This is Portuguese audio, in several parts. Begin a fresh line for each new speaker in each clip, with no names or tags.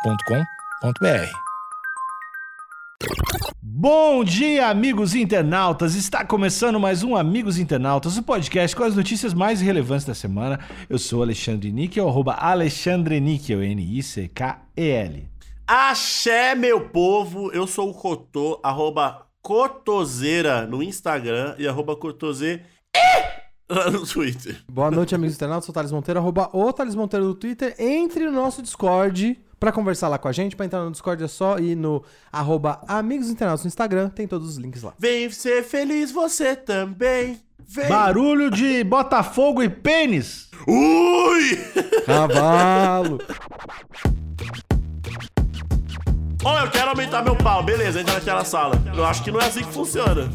agenciadepodcast.com.br.
Bom dia, amigos internautas! Está começando mais um Amigos Internautas, o podcast com as notícias mais relevantes da semana. Eu sou Alexandre Níquel, arroba Alexandre Níquel, N-I-C-K-E-L.
Axé, meu povo! Eu sou o Cotô, arroba Cotoseira no Instagram e arroba Cotose lá no Twitter.
Boa noite, amigos internautas. Sou o Thales Monteiro, arroba o Thales Monteiro no Twitter. Entre no nosso Discord pra conversar lá com a gente. Pra entrar no Discord é só ir no arroba amigos internautas no Instagram. Tem todos os links lá.
Vem ser feliz você também! Vem!
Barulho de Botafogo e pênis!
Ui!
Cavalo!
Ó, eu quero aumentar meu pau, beleza, entra naquela sala. Eu acho que não é assim que funciona.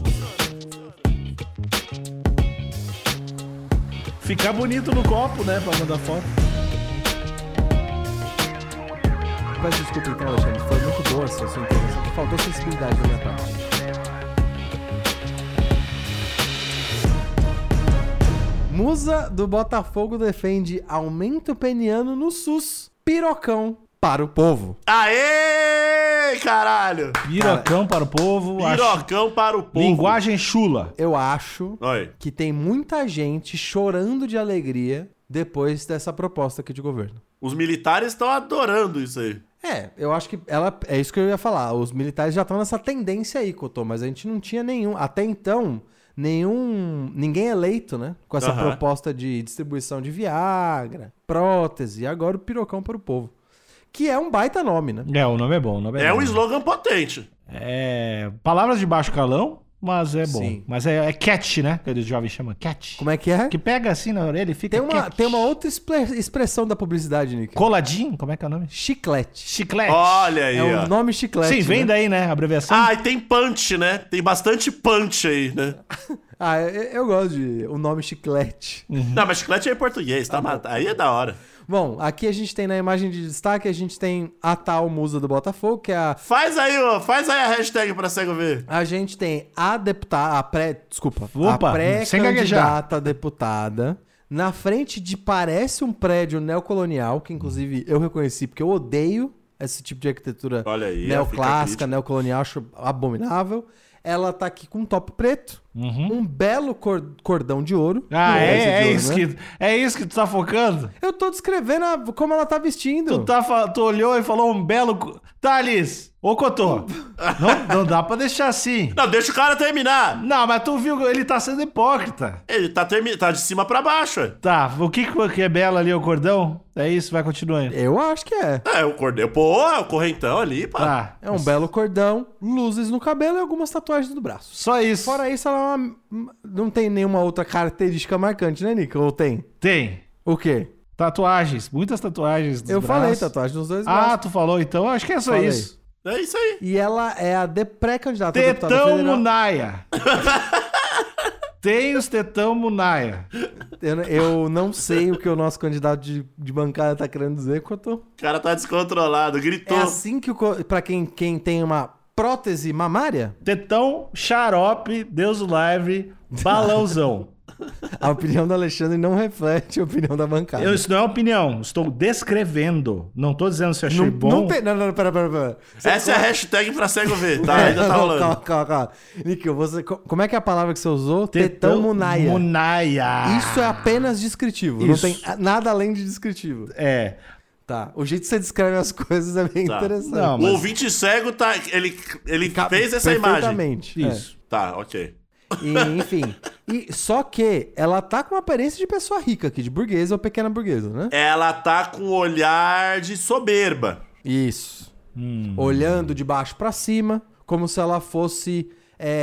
Ficar bonito no copo, né, pra mandar foto.
Peço desculpa então, Alexandre. Foi muito boa essa sua intervenção. Faltou sensibilidade da minha parte. Musa do Botafogo defende aumento peniano no SUS. Pirocão para o povo.
Aê, caralho!
Pirocão para o povo, acho-
Pirocão para o povo.
linguagem chula.
Eu acho
Olha,
que tem muita gente chorando de alegria depois dessa proposta aqui de governo.
os militares estão adorando isso aí.
É, eu acho que ela é isso que eu ia falar. Os militares já estão nessa tendência aí, Cotô, mas a gente não tinha nenhum, até então, nenhum, ninguém eleito, né, com essa
Aham.
proposta de distribuição de Viagra, prótese, e agora o pirocão para o povo, que é um baita nome, né?
É, o nome é bom, o nome é,
É
bom.
um slogan potente.
É, palavras de baixo calão, mas é bom.
Sim.
Mas é, é catch, né? Que os jovens chamam catch.
Como é que é?
Que pega assim na orelha e fica
Tem uma,
catch.
tem uma outra expre- expressão da publicidade, Nick.
Coladinho? Como é que é o nome?
Chiclete.
Chiclete.
Olha aí,
É
ó.
o nome chiclete.
Sim, vem
né?
daí, né? A abreviação.
Ah, e tem punch, né? Tem bastante punch aí, né?
Ah, eu, eu gosto de o nome chiclete.
Hum.
Não, mas chiclete é em português, tá? Mas Aí é da hora.
Bom, aqui a gente tem na imagem de destaque, a gente tem a tal musa do Botafogo, que é a.
Faz aí, ó. Faz aí a hashtag pra cego ver.
A gente tem a deputada, a pré. Desculpa.
Opa,
a
sem gaguejar.
pré-candidata deputada. Na frente de parece um prédio neocolonial, que inclusive eu reconheci porque eu odeio esse tipo de arquitetura
Olha aí, ó, fica
neoclássica,
crítico.
neocolonial, acho abominável. Ela tá aqui com um top preto, um belo cor- cordão de ouro.
Uhum. Ah,
Não
é,
esse de
é
ouro,
isso
né?
que, é isso que tu tá focando?
Eu tô descrevendo a- como ela tá vestindo.
Tu, tá, fa- tu olhou e falou um belo. co- Thales, ô Cotô, não, não dá pra deixar assim.
Não, deixa o cara terminar.
Não, mas tu viu, ele tá sendo hipócrita.
Ele tá, termi... tá de cima pra baixo. ué.
Tá, o que que que é belo ali, o cordão? É isso, vai continuando.
Eu acho que é.
É, o cordeiro. Pô, é o correntão ali, pá.
Tá,
É um belo cordão, luzes no cabelo e algumas tatuagens no braço.
só isso.
Fora isso, ela é uma- não tem nenhuma outra característica marcante, né, Nico? Ou tem?
Tem.
O quê?
Tatuagens, muitas tatuagens. nos
Eu falei
braços.
tatuagem nos dois
Ah,
braços.
tu falou então? Acho que é só
Falei.
isso.
É isso aí.
E ela é a de pré-candidata a deputada
Tetão
federal.
Munaia. Tem os tetão Munaia.
Eu, eu não sei o que o nosso candidato de, de bancada tá querendo dizer, Cotô.
O cara tá descontrolado, gritou.
É assim que o... co- Pra quem, quem tem uma prótese mamária,
Tetão, xarope, Deus o livre, balãozão.
a opinião do Alexandre não reflete a opinião da bancada.
Eu, isso não é opinião, estou descrevendo. Não tô dizendo se eu achei
não,
bom.
não tem... Não, não, pera, pera, pera.
Essa é a hashtag pra cego ver, tá? Ainda tá
Não,
rolando.
É, Calma, calma, calma. Nico, você, co- como é que é a palavra que você usou? Tetão, Munaia.
Munaia.
Isso é apenas descritivo.
Isso.
Não tem a- nada além de descritivo.
É.
Tá. O jeito que você descreve as coisas é bem
Tá.
interessante.
Não,
O
mas-
ouvinte cego tá. Ele, ele
Cabe
fez essa imagem.
perfeitamente, é.
Isso.
Tá, ok.
E, enfim. E, só que ela tá com uma aparência de pessoa rica aqui, de burguesa ou pequena burguesa, né?
Ela tá com um olhar de soberba.
Isso.
Hum.
Olhando de baixo pra cima, como se ela fosse.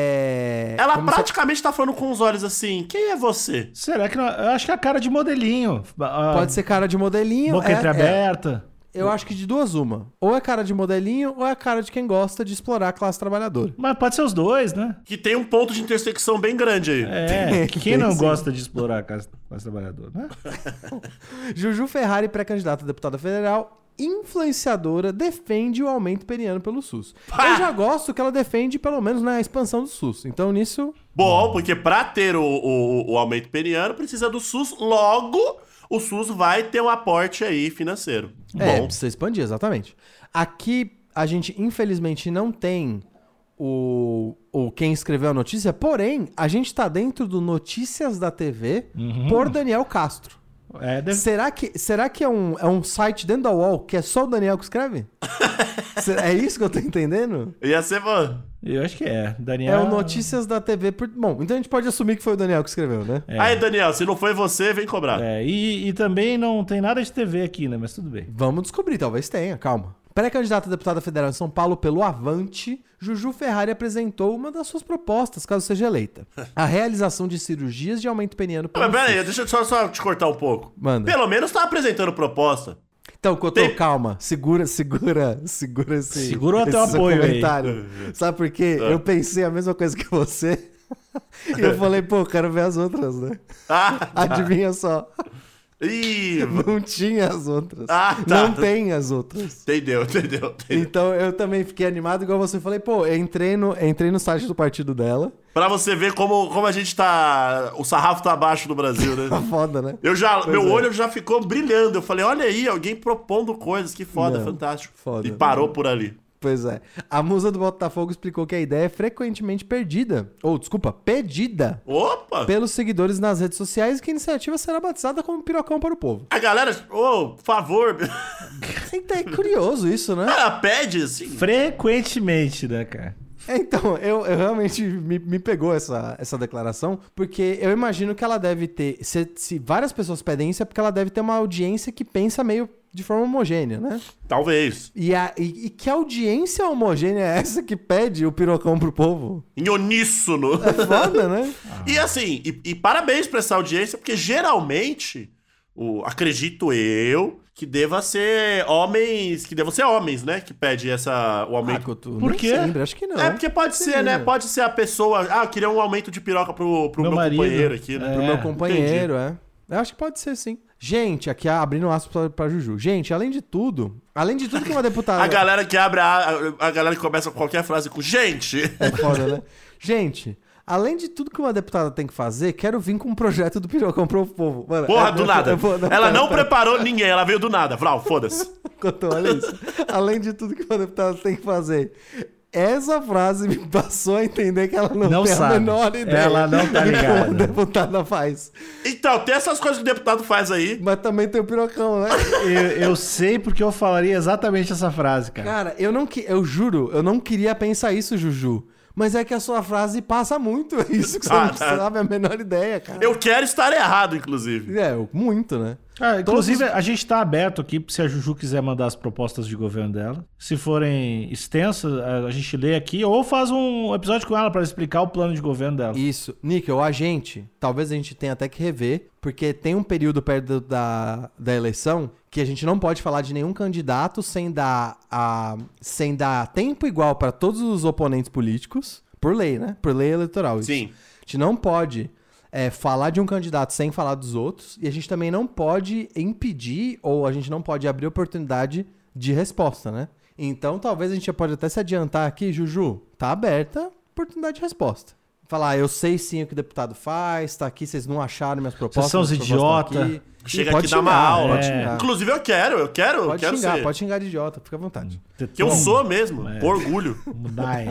é,
Ela
como se-
praticamente tá falando com os olhos assim: quem é você?
Será que não? Eu acho que é a cara de modelinho.
Pode ser cara de modelinho.
Boca
é- é,
entreaberta.
Eu acho que de duas uma. Ou é cara de modelinho, ou é cara de quem gosta de explorar a classe trabalhadora.
Mas pode ser os dois, né?
Que tem um ponto de intersecção bem grande aí.
É.
Tem,
Quem não
sim.
gosta de explorar a classe, classe trabalhadora, né?
Juju Ferrari, pré-candidata a deputada federal, influenciadora, defende o aumento periano pelo SUS. Eu já gosto que ela defende, pelo menos, na expansão do SUS. Então, nisso,
Bom, porque pra ter o, o, o aumento peniano, precisa do SUS logo o SUS vai ter um aporte aí financeiro.
É,
Bom,
precisa expandir, exatamente. Aqui a gente, infelizmente, não tem o, o quem escreveu a notícia, porém, a gente tá dentro do Notícias da TV por Daniel Castro.
É, deve...
Será que, será que é, um, é um site dentro da UOL que é só o Daniel que escreve? Se- é isso que eu tô entendendo?
ia ser bom.
Eu acho que é. Daniel.
Ah.
É o Notícias da TV por. Bom, então a gente pode assumir que foi o Daniel que escreveu, né?
É.
Aí, Daniel, se não foi você, vem cobrar.
É, e, e também não tem nada de TV aqui, né? Mas tudo bem.
Vamos descobrir, talvez tenha, calma. Pré-candidata a deputada federal em São Paulo pelo Avante, Juju Ferrari apresentou uma das suas propostas, caso seja eleita. A realização de cirurgias de aumento peniano
Ah, Mas
pelo
peraí,
SUS.
deixa eu só, só te cortar um pouco.
Manda.
Pelo menos tá apresentando proposta.
Então, Cotô,
Tem-
calma. Segura, segura, segura esse.
Segura o teu
esse
apoio aí.
comentário. Sabe por quê?
Tá.
Eu pensei a mesma coisa que você. e eu falei, pô, quero ver as outras, né?
Ah,
Adivinha só.
ih,
Não tinha as outras.
Ah, tá.
Não tem as outras.
entendeu, entendeu, entendeu.
Então eu também fiquei animado igual você. Falei, pô, eu entrei no, entrei no site do partido dela.
Pra você ver como, como a gente tá. O sarrafo tá abaixo no Brasil, né?
Tá foda, né?
Eu já, meu
é.
olho já ficou brilhando. Eu falei, olha aí, alguém propondo coisas, que foda,
Não,
fantástico.
foda.
E parou por ali.
Pois é. A musa do Botafogo explicou que a ideia é frequentemente perdida. Ou, desculpa, pedida
Opa!
pelos seguidores nas redes sociais e que a iniciativa será batizada como pirocão para o povo.
A galera, ô, por favor,
Então, é curioso isso, né?
ela pede assim.
Frequentemente, né, cara?
Então, eu, eu realmente me, me pegou essa, essa declaração, porque eu imagino que ela deve ter. Se, se várias pessoas pedem isso, é porque ela deve ter uma audiência que pensa meio de forma homogênea, né?
Talvez.
E, a- e- e que audiência homogênea é essa que pede o pirocão pro povo?
Em uníssono.
Foda, né?
E assim, e, e parabéns pra essa audiência, porque geralmente, o, acredito eu, que deva ser homens, que devam ser homens, né? Que pede essa, o aumento.
Por
Ah, nem
quê?
Sempre, acho que não.
é, porque pode ser, né? Pode ser a pessoa. Ah, eu queria um aumento de piroca pro, pro
Meu
meu,
marido.
companheiro aqui, né?
É.
Pro
Meu
meu
companheiro, é. Eu acho que pode ser, sim. Gente, aqui ah, abrindo um aspas pra, pra Juju. Gente, além de tudo, além de tudo que uma deputada.
A galera que abre a, a galera que começa qualquer frase com gente.
É foda, né? Gente, além de tudo que uma deputada tem que fazer, quero vir com um projeto do pirocão pro povo. Mano,
Porra,
é-
do
eu-
nada.
eu vou-
ela
pera,
não
pera,
preparou ninguém, ela veio do nada. Vral, foda-se.
Cotô, olha isso. Além de tudo que uma deputada tem que fazer. Essa frase me passou a entender que ela não,
Não
tem
sabe.
a menor ideia.
Ela não tá
do que
ligada.
Uma deputada faz.
Então, tem essas coisas que o deputado faz aí.
Mas também tem o pirocão, né?
Eu, eu sei porque eu falaria exatamente essa frase, cara.
É. Cara, eu não que, eu juro, eu não queria pensar isso, Juju. Mas é que a sua frase passa muito isso que você
Ah,
não
tá.
sabe a menor ideia, cara.
Eu quero estar errado, inclusive.
É, eu- muito, né?
Ah, inclusive, a gente tá aberto aqui se a Juju quiser mandar as propostas de governo dela. Se forem extensas, a- a gente lê aqui ou faz um episódio com ela pra explicar o plano de governo dela.
Isso. Níquel, a gente, talvez a gente tenha até que rever, porque tem um período perto da, da eleição que a gente não pode falar de nenhum candidato sem dar, a, sem dar tempo igual para todos os oponentes políticos, por lei, né? Por lei eleitoral. isso.
Sim.
A gente não pode é, falar de um candidato sem falar dos outros, e a gente também não pode impedir ou a gente não pode abrir oportunidade de resposta, né? Então talvez a gente pode até se adiantar aqui, Juju, tá aberta oportunidade de resposta. Falar, "Ah, eu sei sim o que o deputado faz, tá aqui, vocês não acharam minhas propostas.
são os
minhas propostas
idiota.
estão aqui."
Chega
E pode
aqui e dá uma
xingar, né?
aula.
Pode
É.
xingar,
Inclusive, eu quero, eu quero, eu
pode,
quero
xingar
ser.
pode xingar de idiota, fica à vontade.
Que eu sou mesmo,
É.
por orgulho.
Mudai.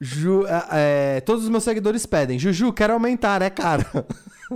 Ju- é, é, todos os meus seguidores pedem, Juju, quero aumentar, é caro.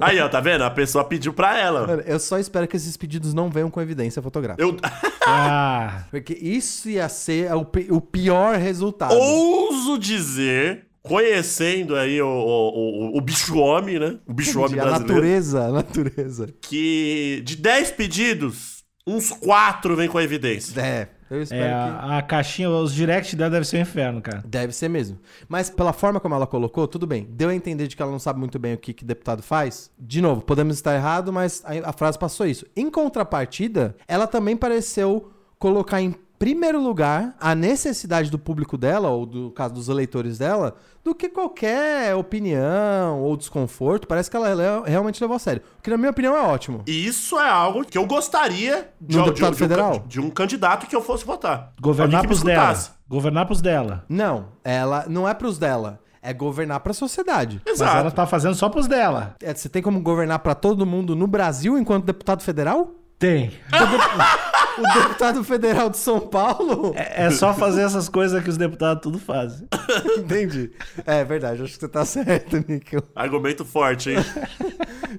Aí, ó, tá vendo? A pessoa pediu pra ela.
Mano, eu só espero que esses pedidos não venham com evidência fotográfica.
Eu
Ah,
Porque isso ia ser o, pi- o pior resultado.
ouso dizer, conhecendo aí o, o, o, o bicho homem, né? O bicho homem
Gente, a
brasileiro.
natureza, a natureza.
Que de 10 pedidos, uns 4 vem com a evidência.
É, eu
é,
espero que...
a, a caixinha, os directs dela devem ser um inferno, cara.
Deve ser mesmo. Mas pela forma como ela colocou, tudo bem. Deu a entender de que ela não sabe muito bem o que, que deputado faz. De novo, podemos estar errado, mas a, a frase passou isso. Em contrapartida, ela também pareceu colocar em primeiro lugar a necessidade do público dela, ou do caso dos eleitores dela, do que qualquer opinião ou desconforto. Parece que ela le- realmente levou a sério. O que, na minha opinião, é ótimo.
E isso é algo que eu gostaria de,
No
de- de
deputado
um,
federal?
can- de um candidato que eu fosse votar.
Governar
Alguém que me
pros dela.
escutasse.
Governar pros dela.
Não, ela não é pros dela. é governar pra sociedade.
Mas ela
Exato.
tá fazendo só pros dela.
É, você tem como governar pra todo mundo no Brasil enquanto deputado federal?
Tem.
O deputado federal de São Paulo?
É, é só fazer essas coisas que os deputados tudo fazem.
Entendi. É verdade, acho que você tá certo, Nico.
Argumento forte, hein?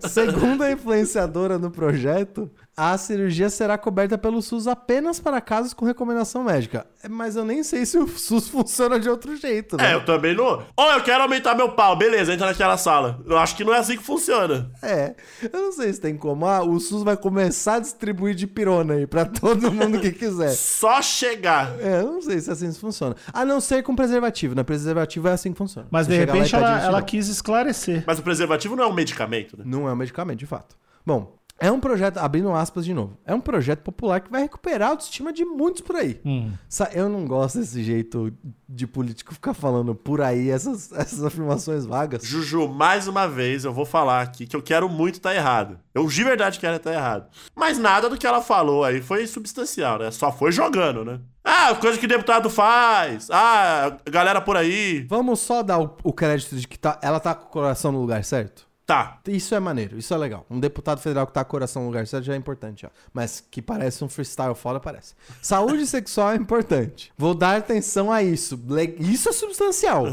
Segundo a influenciadora no projeto, a cirurgia será coberta pelo SUS apenas para casos com recomendação médica. É, Mas eu nem sei se o SUS funciona de outro jeito,
é,
né?
eu também não. Ó, eu quero aumentar meu pau. Beleza, entra naquela sala. Eu acho que não é assim que funciona.
É. Eu não sei se tem como. Ah, o SUS vai começar a distribuir de pirona aí pra todo mundo que quiser.
Só chegar.
É, eu não sei se é assim que funciona. A não ser com preservativo, né? Preservativo é assim que funciona.
Mas
Você chega
de
lá e
repente
pede
ela,
isso,
ela
não.
quis esclarecer.
Mas o preservativo não é um medicamento, né?
Não é um medicamento, de fato. Bom, é um projeto, abrindo aspas de novo, é um projeto popular que vai recuperar a autoestima de muitos por aí.
Hum.
Sa- Eu não gosto desse jeito de político ficar falando por aí essas, essas afirmações vagas.
Juju, mais uma vez eu vou falar aqui que eu quero muito estar errado. Eu de verdade quero estar errado. Mas nada do que ela falou aí foi substancial, né? Só foi jogando, né? Ah, coisa que deputado faz. Ah, galera por aí.
Vamos só dar o, o crédito de que tá, ela tá com o coração no lugar certo?
Tá.
Isso é maneiro, isso é legal. Um deputado federal que tá com o coração no lugar certo já é importante, ó. Mas que parece um freestyle foda, parece. Saúde sexual é importante. Vou dar atenção a isso. Le- Isso é substancial.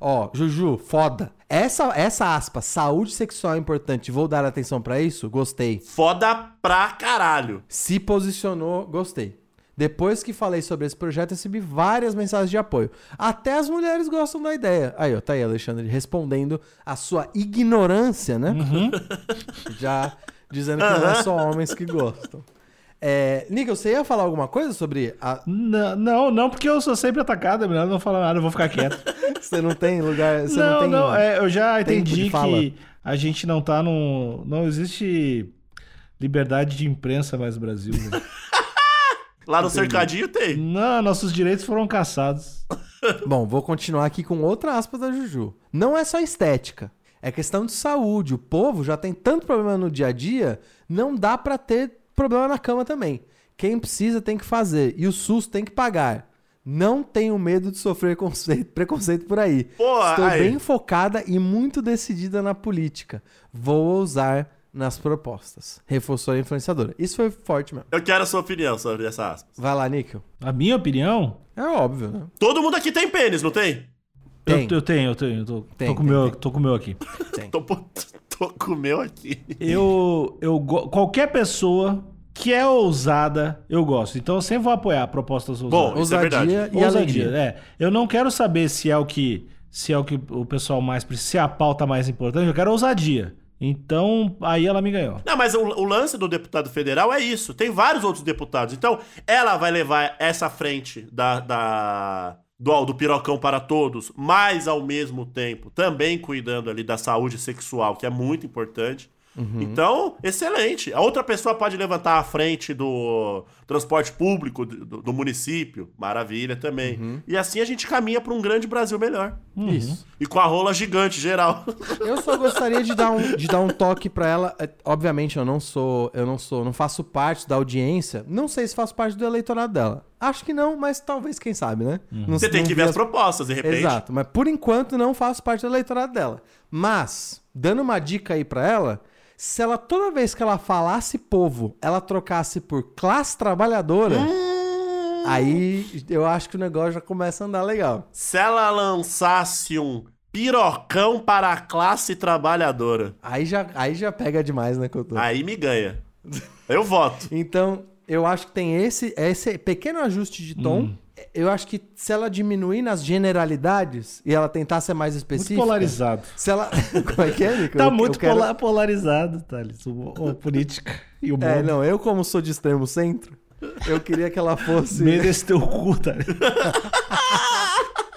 Ó, Juju, foda. Essa, essa aspa, saúde sexual é importante, vou dar atenção pra isso, gostei.
Foda pra caralho.
Se posicionou, gostei. Depois que falei sobre esse projeto, recebi várias mensagens de apoio. Até as mulheres gostam da ideia. Aí, ó, tá aí, Alexandre, respondendo a sua ignorância, né? Já dizendo que não é só homens que gostam. É, Nico, você ia falar alguma coisa sobre. a-
N- Não, não, porque eu sou sempre atacado, é melhor não falar nada, eu vou ficar quieto.
Você não tem lugar. Você não,
não,
tem.
não, é, eu já
tempo
entendi
de fala.
que a gente não tá num. Não existe liberdade de imprensa mais no Brasil. né?
Lá no cercadinho tem.
não, nossos direitos foram caçados.
Bom, vou continuar aqui com outra aspa da Juju. Não é só estética. É questão de saúde. O povo já tem tanto problema no dia a dia, não dá pra ter problema na cama também. Quem precisa tem que fazer e o SUS tem que pagar. Não tenho medo de sofrer conceito- preconceito por aí.
Pô,
Estou
aí.
bem focada e muito decidida na política. Vou ousar nas propostas. Reforçou a influenciadora. Isso foi forte mesmo.
Eu quero a sua opinião sobre essa aspa.
Vai lá, Níquel.
A minha opinião?
É óbvio, né?
Todo mundo aqui tem pênis, não tem?
Tem.
Eu, eu tenho, eu tenho. eu Tô, tô
Tem,
com o
tem,
meu,
tem.
tô com o meu aqui.
Tô, pu- tô com o meu aqui.
Eu, eu go- qualquer pessoa que é ousada, eu gosto. Então eu sempre vou apoiar propostas ousadas.
Bom, Isso é verdade.
Ousadia e
ousadia,
alegria.
é. Eu não quero saber se é o que se é o que o pessoal mais precisa, se é a pauta mais importante, eu quero ousadia. Então, aí ela me ganhou.
Não, mas o, o lance do deputado federal é isso. Tem vários outros deputados. Então, ela vai levar essa frente da, da- do, ao- do pirocão para todos, mas ao mesmo tempo também cuidando ali da saúde sexual, que é muito importante.
Uhum.
Então, excelente. A outra pessoa pode levantar a frente do transporte público do, do- do município. Maravilha também. E assim a gente caminha para um grande Brasil melhor.
Uhum. Isso.
E com a rola gigante, geral.
Eu só gostaria de dar um, de dar um toque pra ela. É, Obviamente, eu não sou, eu não sou, não faço parte da audiência. Não sei se faço parte do eleitorado dela. Acho que não, mas talvez, quem sabe, né? Não-
Você tem
não
que
vi
ver as propostas, de repente.
Exato, mas por enquanto não faço parte do eleitorado dela. Mas, dando uma dica aí pra ela, se ela toda vez que ela falasse povo, ela trocasse por classe trabalhadora,
Ah.
aí eu acho que o negócio já começa a andar legal.
Se ela lançasse um pirocão para a classe trabalhadora,
Aí já, aí já pega demais, né, Couto?
aí me ganha. Eu voto.
Então, eu acho que tem esse, esse pequeno ajuste de tom.
Hum.
Eu acho que se ela diminuir nas generalidades e ela tentar ser mais
Muito
específica.
polarizado.
Se ela. Como é que é, Nico?
Tá
Eu- eu
muito
quero-
pola- polarizado, Thales, o, o política e o mundo.
É, não, eu, como sou de extremo centro, eu queria que ela fosse.
Meio desse teu cu, Thales.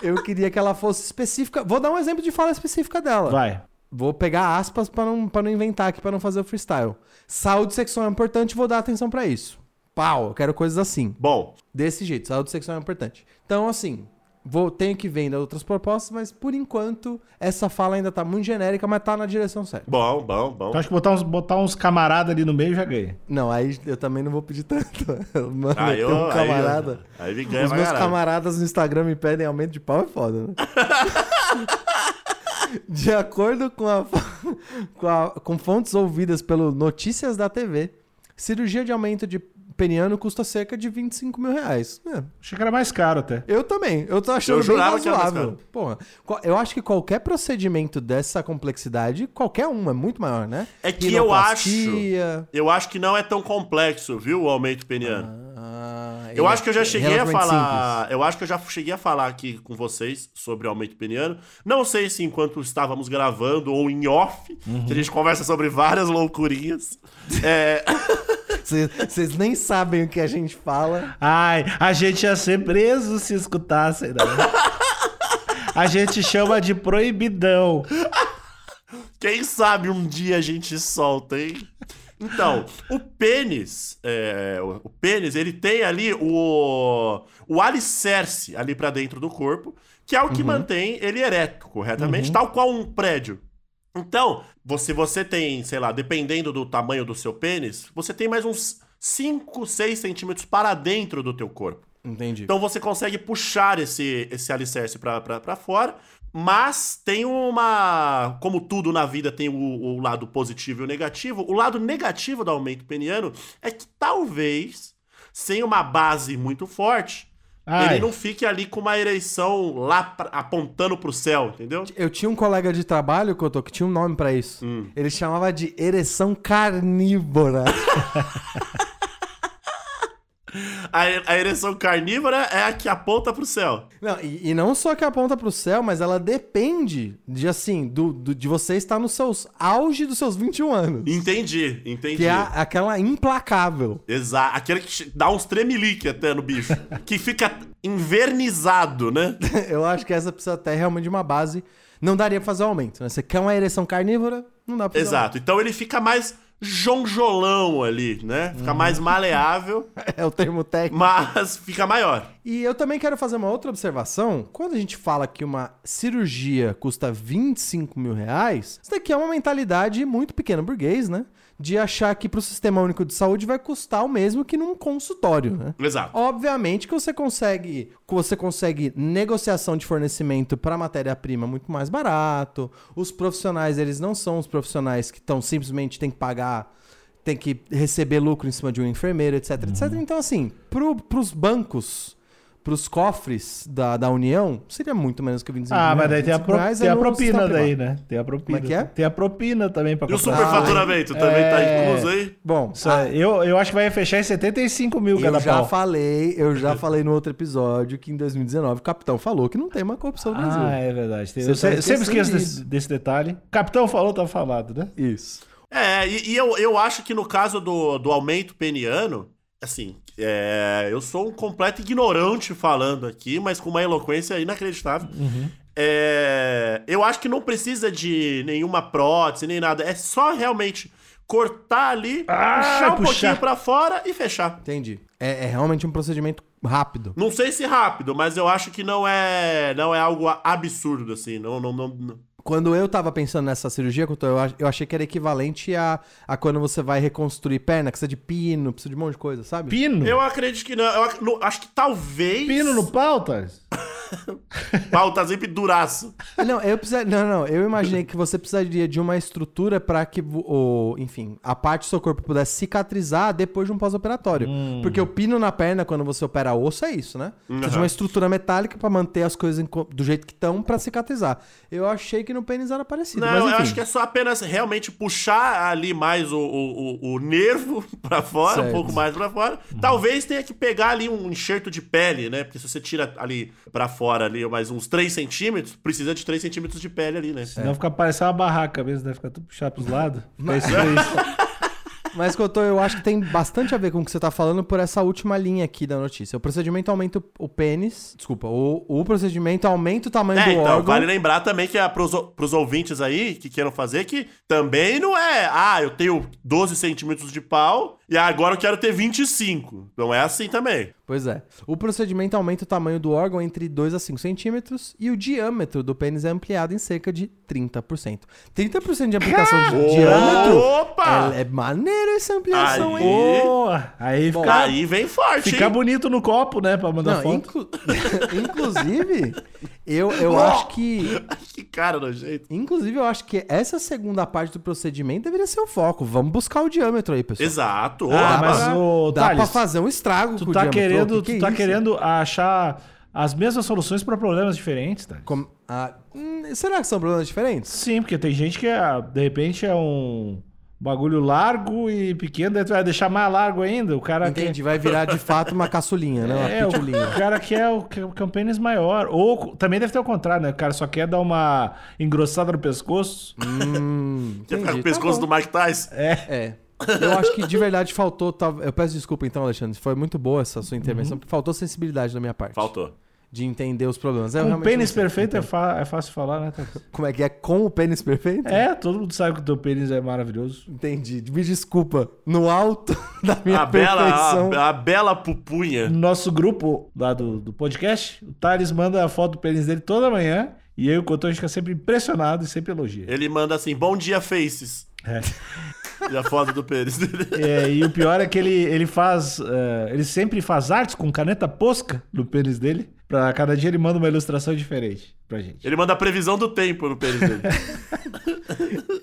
Eu queria que ela fosse específica. Vou dar um exemplo de fala específica dela.
Vai.
Vou pegar aspas pra não, pra não inventar aqui, pra não fazer o freestyle. Saúde sexual é importante, vou dar atenção pra isso. Pau, eu quero coisas assim.
Bom,
Desse jeito, saúde sexual é importante. Então, assim, vou, tenho que ver ainda outras propostas, mas por enquanto essa fala ainda tá muito genérica, mas tá na direção certa.
bom, bom, bom.
Tá
Então acho que botar uns, botar uns camaradas ali no meio já ganhei.
Não, aí eu também não vou pedir tanto. Mano,
Aí
tem
eu-
um
aí
camarada.
eu- aí me ganha
Os
pra
meus
caralho.
camaradas no Instagram me pedem aumento de pau, é foda, né? De acordo com, a- com, a- com fontes ouvidas pelo Notícias da TV, cirurgia de aumento de peniano custa cerca de 25 mil reais. É,
Achei que era mais caro até.
eu também. Eu tô achando
Eu
bem
jurava que era
razoável.
mais
Porra, qual- eu acho que qualquer procedimento dessa complexidade, qualquer um é muito maior, né?
É que eu acho-
Rinoplastia,
Eu acho que não é tão complexo, viu, o aumento peniano.
ah,
eu acho que eu já cheguei a
relativamente
falar. Eu acho que eu já cheguei a falar aqui com vocês sobre o aumento peniano. Não sei se enquanto estávamos gravando ou em off,
Uhum.
que a gente conversa sobre várias loucurinhas. É,
simples. Vocês- Vocês nem sabem o que a gente fala.
Ai, a gente ia ser preso se escutassem, né? A gente chama de proibidão.
Quem sabe um dia a gente solta, hein? Então, o pênis, é, o o pênis, ele tem ali o, o alicerce ali pra dentro do corpo, que é o que mantém ele ereto, corretamente, tal qual um prédio. Então, você, você tem, sei lá, dependendo do tamanho do seu pênis, você tem mais uns 5, 6 centímetros para dentro do teu corpo.
Entendi.
Então você consegue puxar esse, esse alicerce pra, pra, pra fora, mas tem uma. Como tudo na vida tem o, o lado positivo e o negativo, o lado negativo do aumento peniano é que talvez, sem uma base muito forte,
Ai.
ele não fique ali com uma ereção lá pra- apontando pro céu, entendeu?
Eu tinha um colega de trabalho, Cotô, que tinha um nome pra isso.
Hum.
Ele chamava de ereção carnívora.
A, a ereção carnívora é a que aponta pro céu.
Não, e, e não só que aponta pro céu, mas ela depende de, assim, do, do- de você estar nos seus auge dos seus 21 anos.
Entendi, entendi.
Que é a- aquela implacável.
Exato. Aquele que che- dá uns tremelique até no bicho. que fica invernizado, né?
Eu acho que essa precisa até realmente de uma base. Não daria pra fazer um aumento, né? Você quer uma ereção carnívora, não dá pra fazer um
Exato. Então ele fica mais jonjolão ali, né? Fica mais maleável,
um aumento. É o termo técnico.
mas fica maior.
E eu também quero fazer uma outra observação. Quando a gente fala que uma cirurgia custa 25 mil reais, isso daqui é uma mentalidade muito pequena burguês, né? De achar que pro Sistema Único de Saúde vai custar o mesmo que num consultório, né?
Exato.
Obviamente que você consegue, que você consegue negociação de fornecimento para matéria-prima muito mais barato. Os profissionais, eles não são os profissionais que estão simplesmente tem que pagar, tem que receber lucro em cima de um enfermeiro, etc, etc.
Uhum.
Então assim, pro, pros bancos, pros cofres da, da União, seria muito menos que 25
Ah,
reais.
mas daí tem a,
25
pro-
reais é
tem a
no
propina
sistema
daí,
privado.
né? Tem a propina.
Como é que é?
Tem a propina também pra
E o
comprar.
superfaturamento também
Ah,
tá
É.
incluso aí?
Bom, ah,
Isso aí, eu, eu acho que vai fechar em 75 mil
Eu
cada
já
pau.
falei, eu já falei no outro episódio que em 2019 o capitão falou que não tem mais corrupção no Brasil.
Ah, é verdade. Tem-
Você
eu
tá
se- sempre esqueço
esquecendo
desse, desse detalhe. Capitão falou, tá falado, né?
Isso.
É, e, e eu, eu acho que no caso do, do aumento peniano, assim, é, eu sou um completo ignorante falando aqui, mas com uma eloquência inacreditável. É, eu acho que não precisa de nenhuma prótese, nem nada. É só realmente cortar ali,
Ah,
puxar um
puxar.
pouquinho pra fora e fechar.
Entendi. É, é realmente um procedimento rápido.
Não sei se rápido, mas eu acho que não é não é algo absurdo, assim. Não, não, não, não.
Quando eu tava pensando nessa cirurgia, Couto, eu ach- eu achei que era equivalente a, a quando você vai reconstruir perna, que precisa de pino, precisa de um monte de coisa, sabe?
Pino?
Eu acredito que não. Eu ac- não- acho que talvez.
Pino no pau, Thales?
Pautas sempre duraço.
Não, eu precisa, não, não, eu imaginei que você precisaria de uma estrutura pra que, vo- o, enfim, a parte do seu corpo pudesse cicatrizar depois de um pós-operatório. Porque o pino na perna, quando você opera osso, é isso, né? Precisa de
Uhum.
uma estrutura metálica pra manter as coisas em co- do jeito que estão pra cicatrizar. Eu achei que no pênis era parecido,
Não,
mas enfim.
eu acho que é só apenas realmente puxar ali mais o, o, o- o nervo pra fora, um
Certo. Uhum.
pouco mais pra fora. Talvez tenha que pegar ali um enxerto de pele, né? Porque se você tira ali pra fora ali mais uns 3 centímetros, precisa de 3 centímetros de pele ali, né?
É.
Senão fica parecendo uma barraca mesmo, né? Fica tudo puxado pros lados. Fica isso aí.
Mas, Cotô, eu acho que tem bastante a ver com o que você tá falando por essa última linha aqui da notícia. O procedimento aumenta o- o pênis. Desculpa, o, o procedimento aumenta o tamanho do
É, então,
órgão.
vale lembrar também que é para os ouvintes aí que queiram fazer, que também não é, ah, eu tenho 12 centímetros de pau e agora eu quero ter 25. Não é assim também.
Pois é. O procedimento aumenta o tamanho do órgão entre 2 a 5 centímetros e o diâmetro do pênis é ampliado em cerca de 30%. 30% de ampliação de diâmetro?
Opa!
É, é maneiro essa ampliação,
Aí.
hein?
Boa! aí
Bom,
fica,
Então, Aí vem forte,
fica
hein?
bonito no copo, né? Pra mandar
Não,
foto.
inclu- inclusive, eu, eu acho que
Que cara nojento.
Inclusive, eu acho que essa segunda parte do procedimento deveria ser o foco. Vamos buscar o diâmetro aí, pessoal.
Exato.
Ah,
Opa.
mas o
Dá pra
Thales,
fazer um estrago
tu
com
tá
o diâmetro. Ô,
querendo,
que que
tu
é
tá
isso?
querendo achar as mesmas soluções pra problemas diferentes, Thales.
Com- ah, hum, será que são problemas diferentes?
Sim, porque tem gente que é, de repente é um bagulho largo e pequeno, daí tu vai deixar mais largo ainda. O cara quer-
Entendi, vai virar de fato uma caçulinha, né? Uma
É, o
pitulinha.
cara quer o que o que é um pênis maior. Ou co- também deve ter o contrário, né? O cara só quer dar uma engrossada no pescoço.
Hum,
Quer ficar com
entendi.
o pescoço
Tá
do Mike Tyson?
bom. É. Eu acho que de verdade faltou. tá- Eu peço desculpa então, Alexandre. Foi muito boa essa sua intervenção,
Uhum.
porque faltou sensibilidade da minha parte.
Faltou.
De entender os problemas. Eu
Com um
realmente
pênis
não sei.
perfeito é, fa- é fácil falar, né? Tati?
Como é que é? Com o pênis perfeito?
É, todo mundo sabe que o teu pênis é maravilhoso.
Entendi. Me desculpa. No alto da minha
a, Ah, bela,
perfeição.
a, a bela pupunha.
No nosso grupo lá do, do podcast, o Thales manda a foto do pênis dele toda manhã e eu e o Cotão fica sempre impressionado e sempre elogia.
Ele manda assim, bom dia, faces.
É.
E a foto do pênis dele.
É, e o pior é que ele, ele faz. eh, ele sempre faz artes com caneta posca no pênis dele. Pra cada dia ele manda uma ilustração diferente pra gente.
Ele manda a previsão do tempo no pênis dele.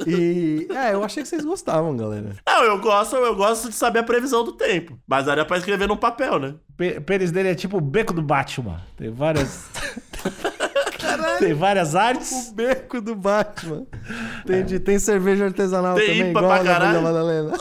E. É, eu achei que vocês gostavam, galera.
Não, eu gosto, eu gosto de saber a previsão do tempo. Mas daria pra escrever num papel, né?
Pê- pênis dele é tipo o beco do Batman. Tem várias. Tem várias
O
artes.
beco do Batman. Entendi. Tem cerveja artesanal
Tem
também,
IPA
igual
pra
a né? da
caralho.
Vila Madalena.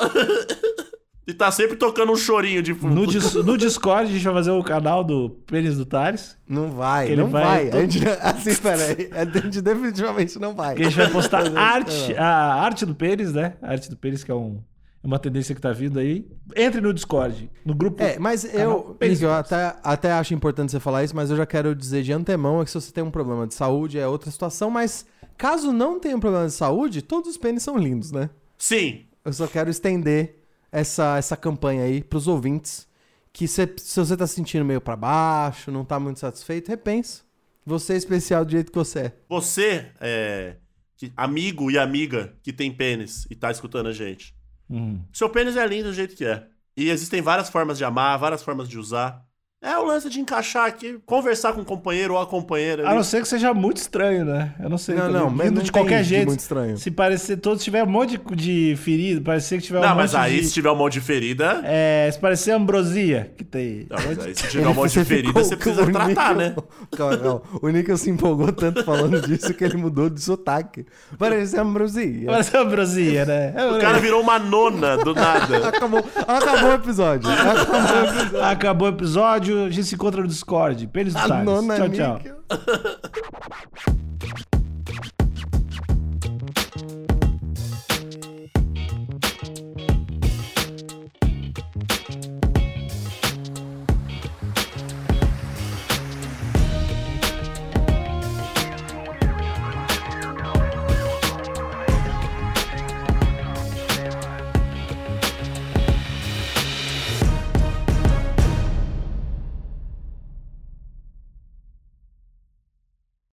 E tá sempre tocando um chorinho de fundo.
No, dis- no Discord a gente vai fazer o canal do pênis do Thales.
Não vai,
Ele
não
vai
vai.
todo-
A gente, assim, peraí. A gente definitivamente não vai.
Que a gente vai postar
Não,
arte, a arte do pênis, né? A arte do pênis, que é um- é uma tendência que tá vindo aí. Entre no Discord, no grupo.
É, mas
Canal
eu,
Pênis
Nick, eu até, até acho importante você falar isso, mas eu já quero dizer de antemão é que se você tem um problema de saúde é outra situação, mas caso não tenha um problema de saúde, todos os pênis são lindos, né?
Sim.
Eu só quero estender essa, essa campanha aí pros ouvintes, que se, se você tá se sentindo meio pra baixo, não tá muito satisfeito, repensa. Você é especial do jeito que você é.
Você, é, que- amigo e amiga que tem pênis e tá escutando a gente.
Hum.
Seu pênis é lindo do jeito que é. E existem várias formas de amar, várias formas de usar. É o lance de encaixar aqui, conversar com o companheiro ou a companheira.
A
ali.
Ah, não ser que seja muito estranho, né? Eu não sei.
Não,
também.
não, mas
Lindo
tá não
de
tem
qualquer
de
jeito.
muito estranho.
Se parecer todos tiver um monte de de ferido, parecer que tiver um
Não,
monte
mas aí
de...
se tiver um monte de ferida.
É, se parecer ambrosia, que tem...
Não, mas aí se
Ele-
tiver um monte de ferida,
ficou-
você precisa
o
tratar, né?
Níquel- Calma, calma. O Nickel se empolgou tanto falando disso que ele mudou de sotaque. um Parece ambrosia.
Parece ambrosia, né?
O cara virou uma nona do nada.
Acabou, acabou o episódio. Acabou o episódio.
Acabou o episódio, a gente se encontra no Discord. Pênis do
A
Ah,
Thales.
é
nona
Tá, Tchau, tchau.
Níquel.